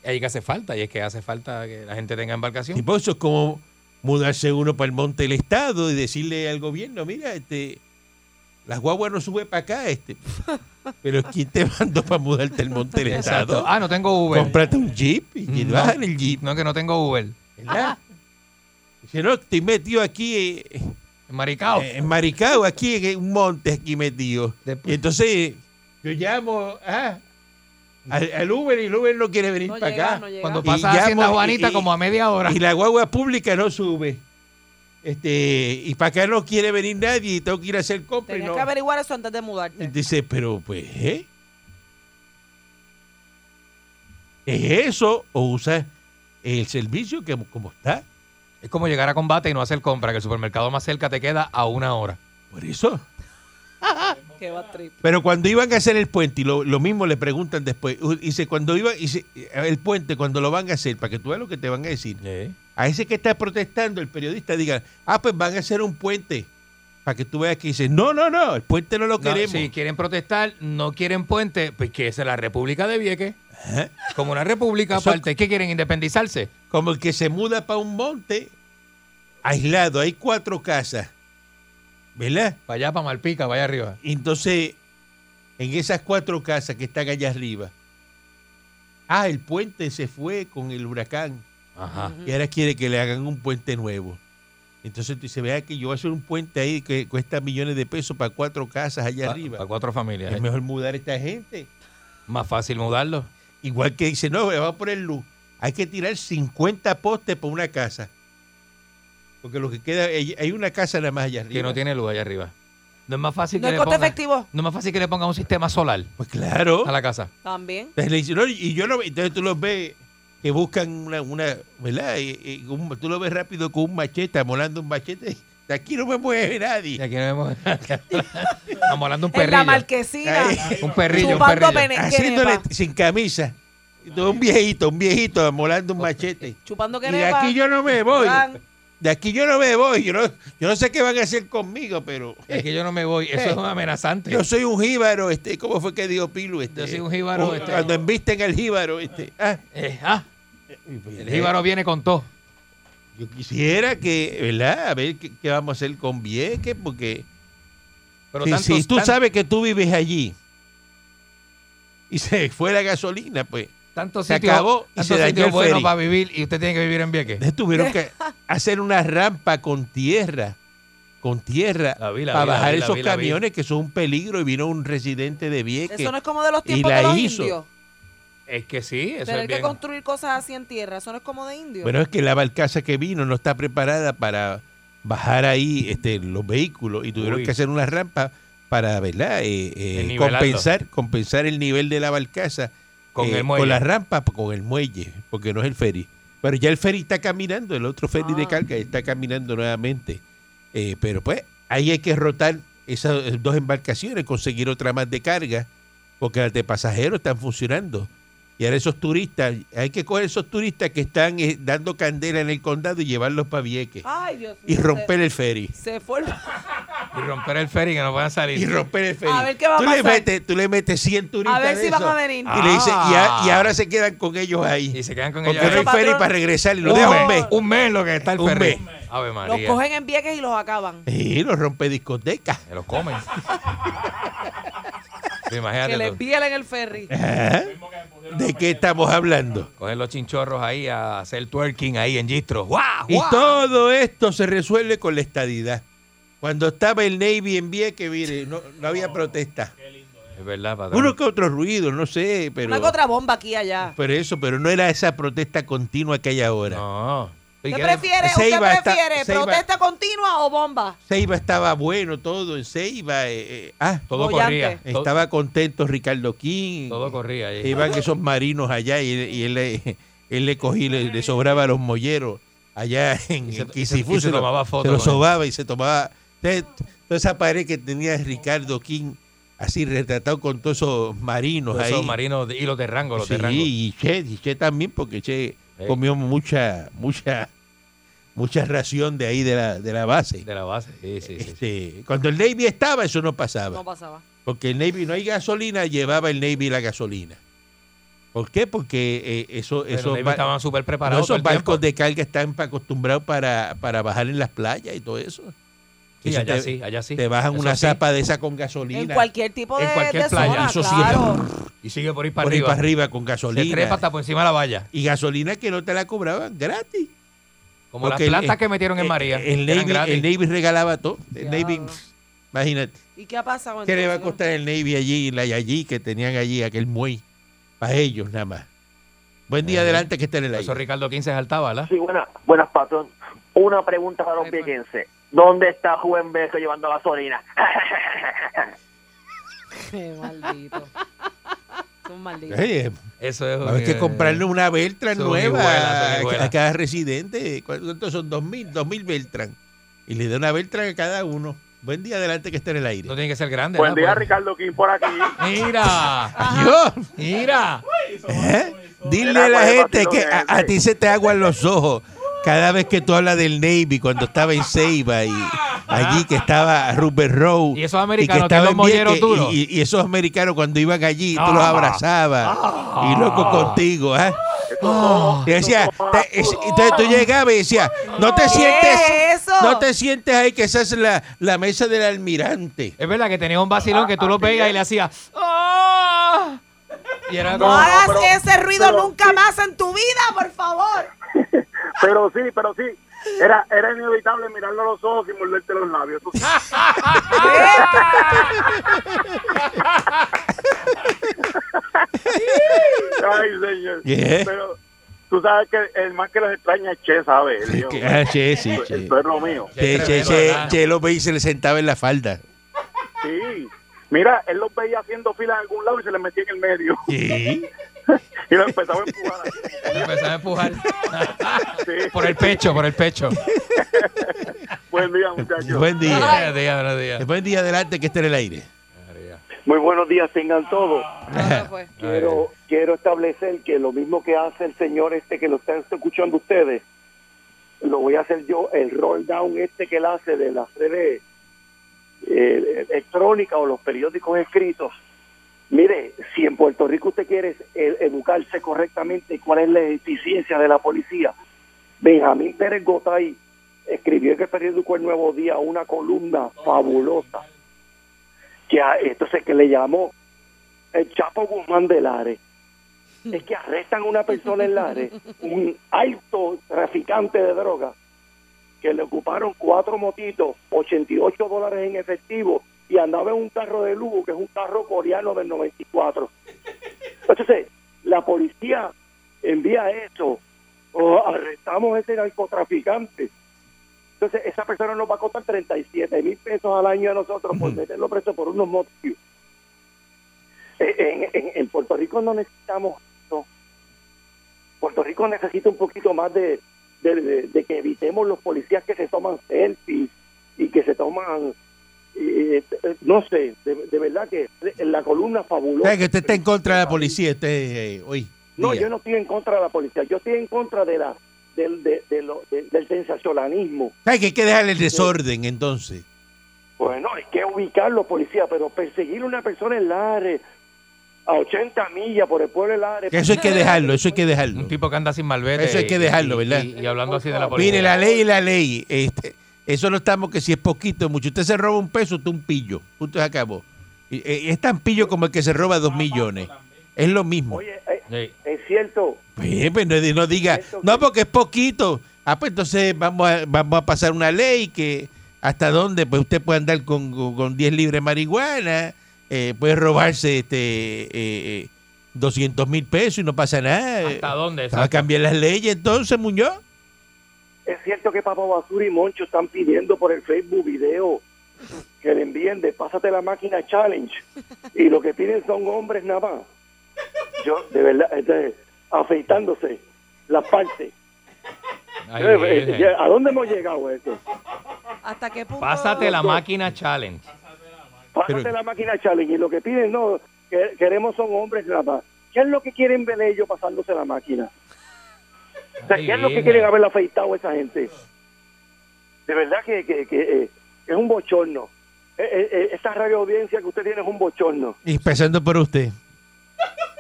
Ahí que hace falta, y es que hace falta que la gente tenga embarcación. Y por eso es como mudarse uno para el monte del Estado y decirle al gobierno, mira, este, las guaguas no suben para acá, este. Pero ¿quién te mandó para mudarte al monte del Exacto. Estado? Ah, no tengo Uber. Mm. Comprate un jeep y No. vas en el jeep, No, que no tengo Uber. ¿verdad? Dice, no, estoy metido aquí eh, eh, Maricao. en Maricao, aquí en un monte, aquí metido. Y Después- entonces yo llamo ah, al, al Uber y el Uber no quiere venir No para llega, acá. no llega. Cuando Y pasa llamo, Hacienda Juanita y- como a media hora. y la guagua pública no sube. Este, y para acá no quiere venir nadie y tengo que ir a hacer compras. y Tenías no- que este. averiguar eso antes de y mudarte. Dice, pero pues, ¿eh? ¿Es eso o usa el servicio que como está? Es como llegar a combate y no hacer compra, que el supermercado más cerca te queda a una hora. Por eso. Qué va trip. Pero cuando iban a hacer el puente, y lo, lo mismo le preguntan después, u- dice, cuando iban, dice, el puente, cuando lo van a hacer, para que tú veas lo que te van a decir, a ese que está protestando, el periodista diga, ah, pues van a hacer un puente. Para que tú veas que dice, no, no, no, el puente no lo No, queremos. si quieren protestar, no quieren puente, pues que esa es la República de Vieques. Ajá. Como una república Eso- aparte, ¿qué quieren independizarse? Como el que se muda para un monte, aislado, hay cuatro casas, ¿verdad? Para allá, para Malpica, vaya arriba. Y Entonces, en esas cuatro casas que están allá arriba, ah, el puente se fue con el huracán Ajá. y ahora quiere que le hagan un puente nuevo. Entonces tú dices, vea que yo voy a hacer un puente ahí que cuesta millones de pesos para cuatro casas allá Pa- arriba. Para cuatro familias. es ¿eh? mejor mudar a esta gente. Más fácil mudarlo. Igual que dice, no, vamos a poner luz. Hay que tirar 50 postes por una casa. Porque lo que queda, hay hay una casa nada más allá arriba. Que no tiene luz allá arriba. No es más fácil No que le es costo ponga- efectivo. No es más fácil que le ponga un sistema solar Pues claro. a la casa. Oh. También. Entonces le dicen, no, y yo no, entonces tú los ves que buscan una, una ¿verdad? Eh, eh, un- tú lo ves rápido con un machete, amolando un machete. De aquí no me mueve Y nadie. aquí nos vemos amolando un En la perrillo. marquesina. Ahí, Un perrillo, un Chupando perrillo. pene- haciéndole quenepa. sin camisa. Entonces, Un viejito, un viejito, amolando un machete. Chupando Y de quenepa. aquí yo no me voy. Fran. De aquí yo no me voy. Yo no, yo no sé qué van a hacer conmigo, pero Es que yo no me voy. Eso es un amenazante. yo soy un jíbaro. Este, ¿Cómo fue que dijo Pilu? Este? Yo soy un jíbaro, este. Cuando embisten al jíbaro. Este. Ah, Eh, ah, el jíbaro viene con todo. Yo quisiera que, ¿verdad? A ver qué, qué vamos a hacer con Vieques, porque Pero si, tantos- si tú tan- sabes que tú vives allí y se fue la gasolina, pues tantos se sitios- acabó y tantos se dañó sitios el buenos ferry. para vivir y usted tiene que vivir en Vieques. entonces tuvieron que hacer una rampa con tierra, con tierra, La vi, la para vi, la bajar vi, la esos vi, la vi. camiones que son un peligro y vino un residente de Vieques. Eso no es como de los Y tiempos la de los hizo. indios. Es que sí, eso Tener es que bien. construir cosas así en tierra. Eso no es como de indios. Bueno, es que la barcaza que vino no está preparada para bajar ahí este, los vehículos y tuvieron Uy. que hacer una rampa para, ¿verdad? Eh, eh, Desnivelarlo. compensar, compensar el nivel de la barcaza Con eh, el muelle. con la rampa, p- con el muelle, porque no es el ferry. Pero ya el ferry está caminando, el otro ferry de Ah. carga está caminando nuevamente. Eh, pero pues ahí hay que rotar esas eh, dos embarcaciones, conseguir otra más de carga, porque las de pasajeros están funcionando. Y ahora esos turistas, hay que coger esos turistas que están eh, dando candela en el condado y llevarlos para Vieques. Ay, Dios mío. y se- romper el ferry. Se fue. el- Y romper el ferry que no puedan salir. Y romper el ferry. A ver qué va a tú, Le pasar. metes, tú le metes 100 turistas. A ver de si van esos a venir. Y le dice, y, a- y Ah. ahora se quedan con ellos ahí. Y se quedan con Porque ellos. no hay Eso, ferry patrón. para regresar y lo No. dejan Un un mes. mes. Un mes lo que está el Un ferry. mes. Ave Los María. cogen en vieques y los acaban. Sí, los rompe discotecas. Se los comen. Sí, Que Imagínate. les tú. vielen el ferry. Ajá. ¿De qué estamos hablando? Cogen los chinchorros ahí a hacer twerking ahí en Gistro. ¡Guau! Y guau! todo esto se resuelve con la estadidad. Cuando estaba el Navy en Vieques, mire, no, no había protesta. Es verdad, patrón. Uno que otro ruido, no sé, pero, Una que otra bomba aquí y allá. pero eso, pero no era esa protesta continua que hay ahora. No. ¿Y ¿Qué qué- prefiere? Se ¿Usted iba hasta- prefiere se iba- protesta continua o bomba? Ceiba estaba bueno todo en Ceiba. eh, eh, ah, Todo corría. Bollante. to- estaba contento Ricardo King. Todo corría ahí. Eh, Iban esos marinos allá y, y él, le- él le cogí, le, le sobraba los molleros allá en, Y se- en y se- Quisifú, y se lo- tomaba foto Se lo con él. sobaba y se tomaba. Entonces, toda esa pared que tenía Ricardo King, así retratado con todos esos marinos Todos ahí. Esos marinos de- y los de rango, los Eh. Sí, de rango. y Che, y Che también, porque Che Sí. comió mucha, mucha, mucha ración de ahí de la, de la base. De la base. Sí, sí, sí. Este, cuando el Navy estaba, eso no pasaba. No pasaba. Porque el Navy no hay gasolina, llevaba el Navy la gasolina. ¿Por qué? Porque eh, eso, Pero esos, ellos ba- estaban súper no, preparados. esos todo el barcos tiempo. de carga están pa- acostumbrados para, para bajar en las playas y todo eso. Sí, Eso allá te, sí, allá sí. te bajan Eso una sí. zapa de esa con gasolina. En cualquier tipo de, En cualquier de playa. zona, Eso sí. claro. Y sigue por ahí para por ahí arriba. para arriba con Se trepa gasolina. hasta por encima de la valla. Y gasolina que no te la cobraban gratis. Como Porque el- las plantas el- que metieron en Eh, María. El, que eran Navy, gratis. el Navy regalaba todo. El Navy, Diablo. imagínate. ¿Y qué ha pasado? ¿Qué le va a entonces? costar el Navy allí, la allí que tenían allí, aquel muelle? Para ellos nada más. Buen día Ajá. adelante que estén en el Por aire. Eso Ricardo 15 saltaba, ¿verdad? Sí, buena, buenas, patrón. Una pregunta para los Ay, bueno. viequenses. ¿Dónde está Juan Beco llevando gasolina? Qué maldito. Son malditos. Ay, eh, Eso es. va a haber que eh, comprarle una Beltran son nueva igualas, son a- igualas. a cada residente. ¿Cuántos son? Dos mil, dos mil Beltran. Y le da una Beltran a cada uno. Buen día adelante que estén en el aire. No tiene que ser grande. Buen día, ¿verdad? Ricardo King, por aquí. Mira, Adiós. mira. ¿Eh? Dile a Era la bueno, gente vacilón que a, a ese. ti se te aguan los ojos cada vez que tú hablas del Navy cuando estaba en Ceiba y allí que estaba Rupert Row Y esos americanos, que los Vieques, molleros duros. y, y- y esos americanos cuando iban allí tú los Ah. abrazabas y loco contigo ¿ah? Esos Y decía, te- es- entonces tú llegabas y decías, no te sientes, es eso? no te sientes ahí que esa es la, la mesa del almirante. Es verdad que tenía un vacilón que tú lo veías y le hacías. "Ah". Y era No como. hagas pero- ese ruido pero- nunca más en tu vida, por favor. Pero sí, pero sí. Era, era inevitable mirarlo a los ojos y morderte los labios. tú sabes. Ay, señor. Yeah. Pero tú sabes que el más que los extraña es Che, ¿sabes? Sí, que- ah, che, sí, che. Esto es lo mío. Che, che, che, che lo veía y se le sentaba en la falda. Sí. Mira, él los veía haciendo fila en algún lado y se les metía en el medio. Sí. Y lo empezaba a empujar. así. Me empezaba a empujar. Sí. Por el pecho, por el pecho. Buen día, muchachos. Buen día. Buenos días, buenos días. Buen día adelante que esté en el aire. Muy buenos días, tengan todos. Ahora fue. Quiero, quiero establecer que lo mismo que hace el señor este que lo están escuchando ustedes, lo voy a hacer yo, el roll down este que él hace de las redes eh, electrónicas o los periódicos escritos. Mire, si en Puerto Rico usted quiere eh, educarse correctamente cuál es la eficiencia de la policía, Benjamín Pérez Gotay escribió en el periódico El Nuevo Día una columna fabulosa que a- entonces que le llamó el Chapo Guzmán de Lares. Es que arrestan a una persona en Lares, un alto traficante de drogas, que le ocuparon cuatro motitos, 88 dólares en efectivo, y andaba en un carro de lujo, que es un carro coreano del 94. Entonces, la policía envía eso, o arrestamos a ese narcotraficante. Entonces, esa persona nos va a costar 37 mil pesos al año a nosotros por meterlo preso por unos motivos. Eh, En, en- en Puerto Rico no necesitamos eso. Puerto Rico necesita un poquito más de, de- de- de que evitemos los policías que se toman selfies y que se toman, eh, eh, no sé, de, de verdad que la columna fabulosa. ¿Sabe que usted está en contra de la policía este, eh, hoy? No, día? yo no estoy en contra de la policía, yo estoy en contra de la del, de- de lo- de- del sensacionalismo. ¿Sabe que hay que dejar el desorden entonces? Bueno, hay que ubicarlo, policía, pero perseguir a una persona en Lares, a 80 millas por el pueblo de Lares. Que eso hay que dejarlo, eso hay que dejarlo. Un tipo que anda sin malvete. Eso hay que y- dejarlo, y- ¿verdad? Y, y hablando así de la policía. Mire, la ley es la ley. Este, eso no estamos que si es poquito, mucho. Usted se roba un peso, tú un pillo. Punto se acabó. Y- eh, Es tan pillo como el que se roba dos millones. Es lo mismo. Oye, eh, Sí. es cierto, Pues, pues, no, no diga, no, porque es poquito. Ah, pues entonces vamos a, vamos a pasar una ley que hasta dónde pues usted puede andar con, con, con 10 libras de marihuana, eh, puede robarse este eh, eh, 200 mil pesos y no pasa nada. Eh, ¿Hasta dónde? Va a Exacto. cambiar las leyes entonces, Muñoz. es cierto que Papo Basura y Moncho están pidiendo por el Facebook video que le envíen de Pásate la Máquina Challenge. Y lo que piden son hombres nada más. Yo, de verdad, este, afeitándose las partes. Ay, Eh, eh, Virgen. ¿A dónde hemos llegado esto? ¿Hasta qué punto? Pásate la máquina challenge. Pásate Pero- la máquina challenge y lo que piden no, que- queremos son hombres nada más. ¿Qué es lo que quieren ver ellos pasándose la máquina? O sea, Ay, ¿qué es lo que virgen. quieren haber afeitado a esa gente? De verdad que, que- que, eh, es un bochorno. Eh, eh, eh, esta radio audiencia que usted tiene es un bochorno. Y empezando por usted.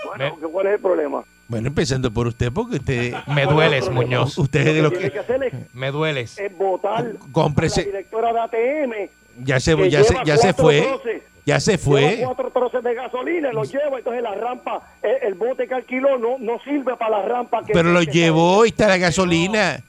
Bueno, ¿cuál es el problema? Bueno, empezando por usted, porque usted. Me dueles, Muñoz. Usted es de Lo los que tiene que que. hacer es, Me dueles. es votar a la Cómprese. directora de ATM. Ya se, que ya se, lleva ya se cuatro fue. troces. Ya se fue. Lleva cuatro troces de gasolina, lo lleva, entonces la rampa, eh, el, el bote que alquiló no, no sirve para la rampa que... Pero lo que- llevó y está la gasolina.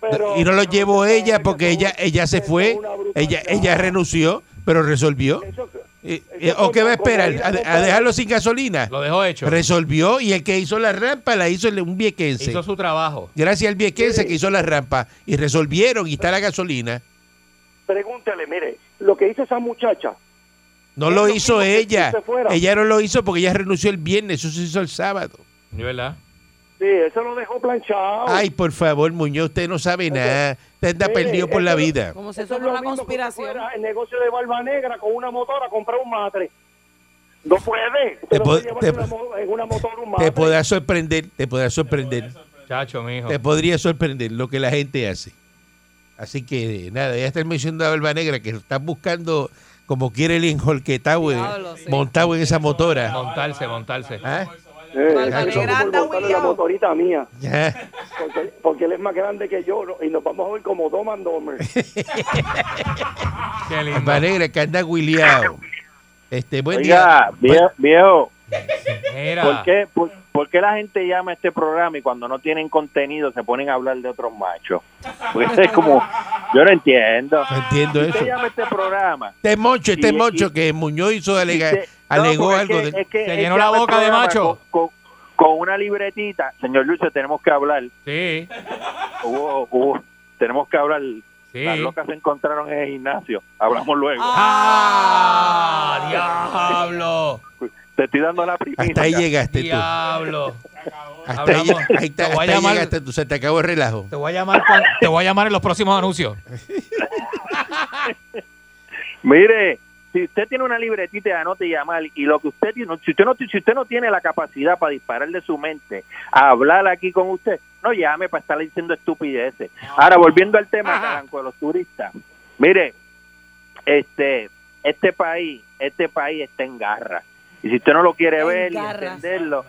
pero- Y no lo llevó pero- ella porque eso- ella ella se eso es fue. una brutalidad. Ella ella renunció, pero resolvió. Eso- Eh, eso eh, es ¿O qué va a como- como esperar? ir ¿A, comprar- a dejarlo sin gasolina? Lo dejó hecho. Resolvió y el que hizo la rampa la hizo el- un viequense. Hizo su trabajo. Gracias al viequense que hizo la rampa y resolvieron y está la gasolina. Pregúntale, mire, lo que hizo esa muchacha, No Es lo lo hizo mismo que ella. si se fuera. Ella no lo hizo porque ella renunció el viernes, eso se hizo el sábado. ¿De ¿Verdad? sí, eso lo dejó planchado. Ay, por favor, Muñoz, usted no sabe nada. Usted anda mire, perdido por la eso- vida. Como si eso es fuera lo una mismo que usted conspiración. fuera El negocio de Barba Negra con una motora comprar un matre. No puede. Usted Te no po- puede llevar te- en una mo- en una motora un matre. Te podrá sorprender, te podrá sorprender. Chacho, mijo. Te podría sorprender lo que la gente hace. Así que eh, nada, ya está mencionando a Barba Negra que lo están buscando como quiere el enjolquetado eh, Diablo, sí. montado en esa motora. Montarse, montarse. ¿Ah? Eh, Barba eso es Negra anda por montarle la huillao. motorita mía. Ya. Porque, porque él es más grande que yo ¿no? y nos vamos a ver como Dom and Dumber. Qué lindo. Barba Negra que anda guileado. Este, buen día. Oiga, vie- viejo, ¿Por qué, Eh, por, por qué la gente llama a este programa y cuando no tienen contenido se ponen a hablar de otros machos? Porque Pues es como, yo no entiendo. No entiendo ¿Por eso. qué llama a este programa? Este mocho, este Y- mocho y- que Muñoz hizo alega- Dice, no, alegó porque es algo. que- de- es que- se es llenó que la abre el boca de programa macho. Con, con- con una libretita. Señor Lucho, tenemos que hablar. Sí, Hubo- hubo- tenemos que hablar. sí. Las locas se encontraron en el gimnasio. Hablamos luego. ¡Ah! ¡Diablo! Te estoy dando la primicia. Hasta ahí llegaste tú. ¡Diablo! Hasta ahí, Hablamos. ahí está- Te voy a hasta ahí llamar- llegaste tú. Se te acabó el relajo. Te voy a llamar, cuan- te voy a llamar en los próximos anuncios. Mire, si usted tiene una libretita y anote y llamar, y lo que usted tiene, si usted no, si usted no tiene la capacidad para disparar de su mente, a hablar aquí con usted, no llame para estarle diciendo estupideces. Ahora, volviendo al tema, Caranco, de los turistas. Mire, este, este país, este país está en garra. Y si usted no lo quiere En ver y garra. entenderlo,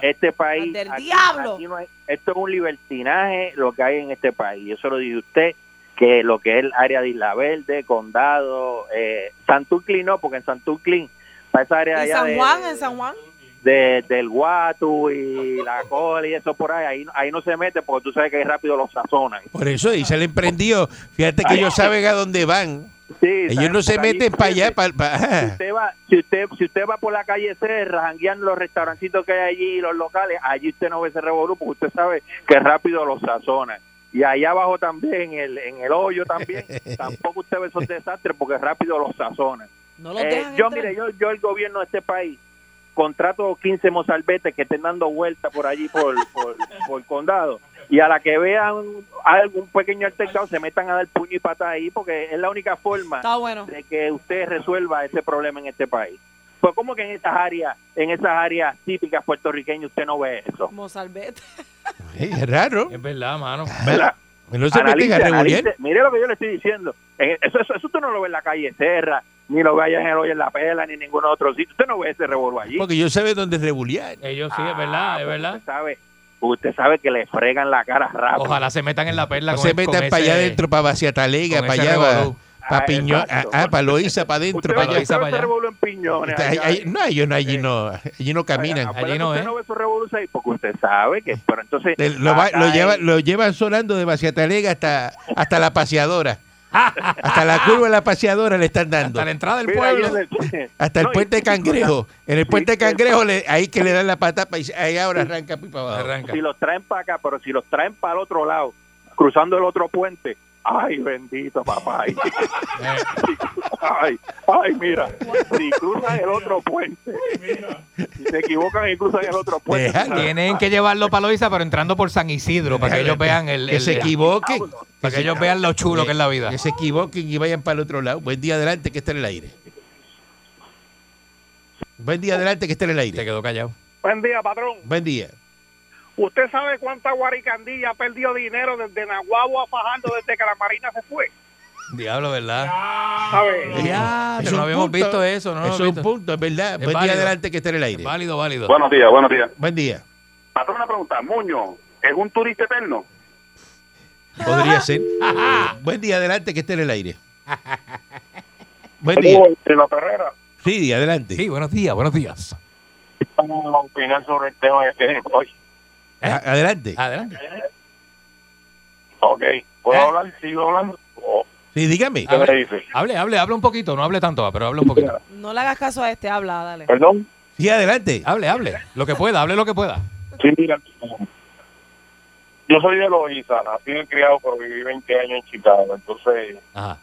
este país. Del diablo. aquí no hay- esto es un libertinaje lo que hay en este país. Eso lo dice usted, que lo que es el área de Isla Verde, Condado, eh, Santurclin no, porque en Santurclin, para esa área ¿Y allá San de- Juan? ¿En San Juan? de- del Guatu y la cola y eso por ahí, ahí, ahí no se mete porque tú sabes que ahí rápido los sazonan. Por eso, y se le emprendió. Fíjate que ellos saben a dónde van. Sí, Ellos ¿sabes? no se Porque allí, meten para allá. fíjese, pa- pa- Si ajá. usted, va, si, usted, si usted va por la calle Serra, jangueando los restaurancitos que hay allí, los locales, allí usted no ve ese revolú, porque usted sabe que rápido los sazonan. Y allá abajo también, en el, en el hoyo también, tampoco usted ve esos desastres, porque rápido los sazonan. No los Eh, dejan yo, entrar. mire, yo, yo el gobierno de este país contrato 15 mozalbetes que estén dando vueltas por allí, por, por, por condado, y a la que vean algún pequeño altercado se metan a dar puño y patada ahí, porque es la única forma Está bueno. de que usted resuelva ese problema en este país. Pues cómo que en esas áreas, en esas áreas típicas puertorriqueñas usted no ve eso. Mozalbete. Sí, es raro. Es verdad, mano. ¿Verdad? No se meten Analice, a revolver. analice. Mire lo que yo le estoy diciendo. En- Eso, eso, eso usted no lo ve en la calle Serra, ni lo ve allá en el hoyo en la pela, ni en ningún otro sitio. Usted no ve ese revolvo allí. Porque ellos saben dónde rebuliar. Ellos sí, es verdad, es verdad. Usted sabe, usted sabe que le fregan la cara rápido. Ojalá se metan en la perla. No con se el- con metan para ese- allá adentro, para Vaciatalega, con para ese allá, revolú. para Ah, Piñón, ah, exacto. para Loíza, para adentro, Usted para ve allá, usted ve para ese allá. revolú en piñones. Ay, allá. ay, no, ellos no, allí no, allí no caminan. Acuérdate, Allí no, usted ¿eh? no ve esos revoluciones ahí porque usted sabe que, pero entonces... Te- Lo, va- acá lo hay- lleva- lo llevan sonando de Vaciatalega hasta, hasta la paseadora. hasta la curva de la paseadora le están dando. Hasta la entrada del Mira, pueblo. yo le- Hasta el No, y- puente y- Cangrejo. En el puente el- Cangrejo, le- ahí que le dan la pata, pa- y ahí ahora arranca pipa abajo. Arranca. si los traen para acá, pero si los traen para el otro lado, cruzando el otro puente, ay, bendito papá. Ay, ay, ay, mira, si cruzan el otro puente, si se equivocan y cruzan el otro puente, Déjalo. ¿sabes? Tienen que llevarlo para Loiza, pero entrando por San Isidro, para que ellos vean el, Que el- se el- equivoquen. para que ellos vean lo chulo que es la vida. Que se equivoquen y vayan para el otro lado. Buen día adelante que está en el aire. Buen día adelante que está en el Te aire. quedó callado. Buen día, patrón. Buen día. ¿Usted sabe cuánta guaricandilla ha perdido dinero desde Nahuabo a Fajardo desde que la Marina se fue? Diablo, ¿verdad? ¿Sabe? Ya, Es Ah, no un habíamos punto. visto eso, no lo Eh, Eso es habíamos un visto. punto, es verdad. Es Buen día válido. adelante que está en el aire. Válido, válido. Buenos días, buenos días. Buen día. Patrón, una pregunta. Muño, ¿es un turista eterno? Podría ser. Buen día adelante que esté en el aire. Buen día. De la carrera. Sí, adelante. Sí, buenos días, buenos días. Vamos a opinar sobre el tema de este que- hoy. A- Adelante. Adelante. Ok, ¿puedo ¿Eh? hablar? ¿Sigo hablando? Oh, Sí, dígame. ¿Qué A ver. me dice? Hable, hable, hable un poquito, no hable tanto, pero hable un poquito. No le hagas caso a este, habla, dale. ¿Perdón? Sí, adelante. Hable, hable, lo que pueda, hable lo que pueda. Sí, mira. Yo soy de Loiza, nacido y criado, pero viví 20 años en Chicago. Entonces, Ajá.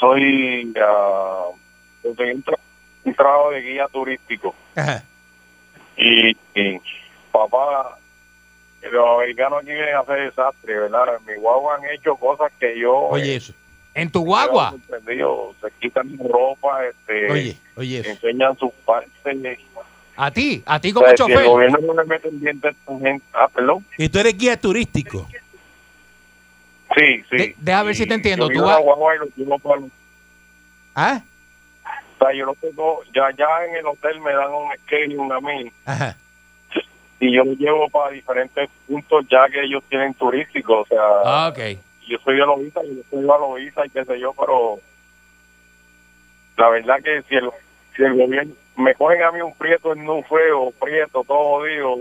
soy ah, yo tengo un, tra- un trabajo de guía turístico Ajá. y, y, papá los americanos aquí vienen a hacer desastre verdad en mi guagua han hecho cosas que yo Oye eh, eso. En tu me quedo guagua. sorprendido. se quitan ropa este Oye, oye eso. enseñan sus partes O A ti, a ti sea, como si el chofer. gobierno no le mete un diente a esta gente ah perdón Y tú eres guía turístico. sí sí De- deja ver si te Y entiendo, yo tú vi una vas- guagua y los llevo para los- ¿eh? Ah, o sea, yo los tengo- ya ya en el hotel me dan un schedule a mí ajá. y yo los llevo para diferentes puntos ya que ellos tienen turísticos. O sea, Ah, ok. yo soy de Loíza, yo soy de Loíza y qué sé yo, pero la verdad que si el, si el gobierno, me cogen a mí un prieto en un fuego, prieto, todo jodido,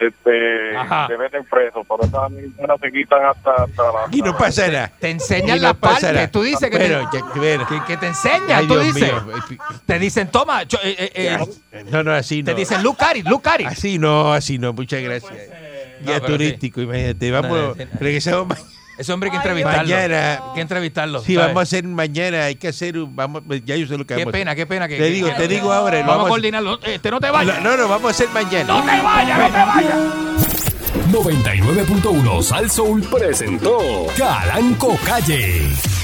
este, Ajá. se meten preso, pero esas militanas se quitan hasta, hasta la... Y no pasa nada. Te Y enseñan no la pasa parte. nada. Tú dices que, Pero, te, que- ver. que- que te enseñan, Ay, tú Dios dices. mío. Te dicen, toma, yo- eh, eh, eh, No, no, así no. te dicen, look at it, look at it. Así no, así no. Muchas gracias. Guía No, pero turístico, imagínate. Vamos, No, no, sí, no. regresamos ma- Ese hombre hay que Ay, entrevistarlo. Mañana- Hay que entrevistarlo. Sí, ¿sabes? vamos a hacer mañana. Hay que hacer un. Vamos, ya yo sé lo que Qué vamos a pena, Ah, hacer. qué pena. Que, Te que- digo, te Ay, digo ahora. lo Vamos a vamos a- coordinarlo. Este no te vayas. No, no, lo vamos a hacer mañana. No te vayas, no te vayas. 99.1 Sal Soul presentó Calanco Calle.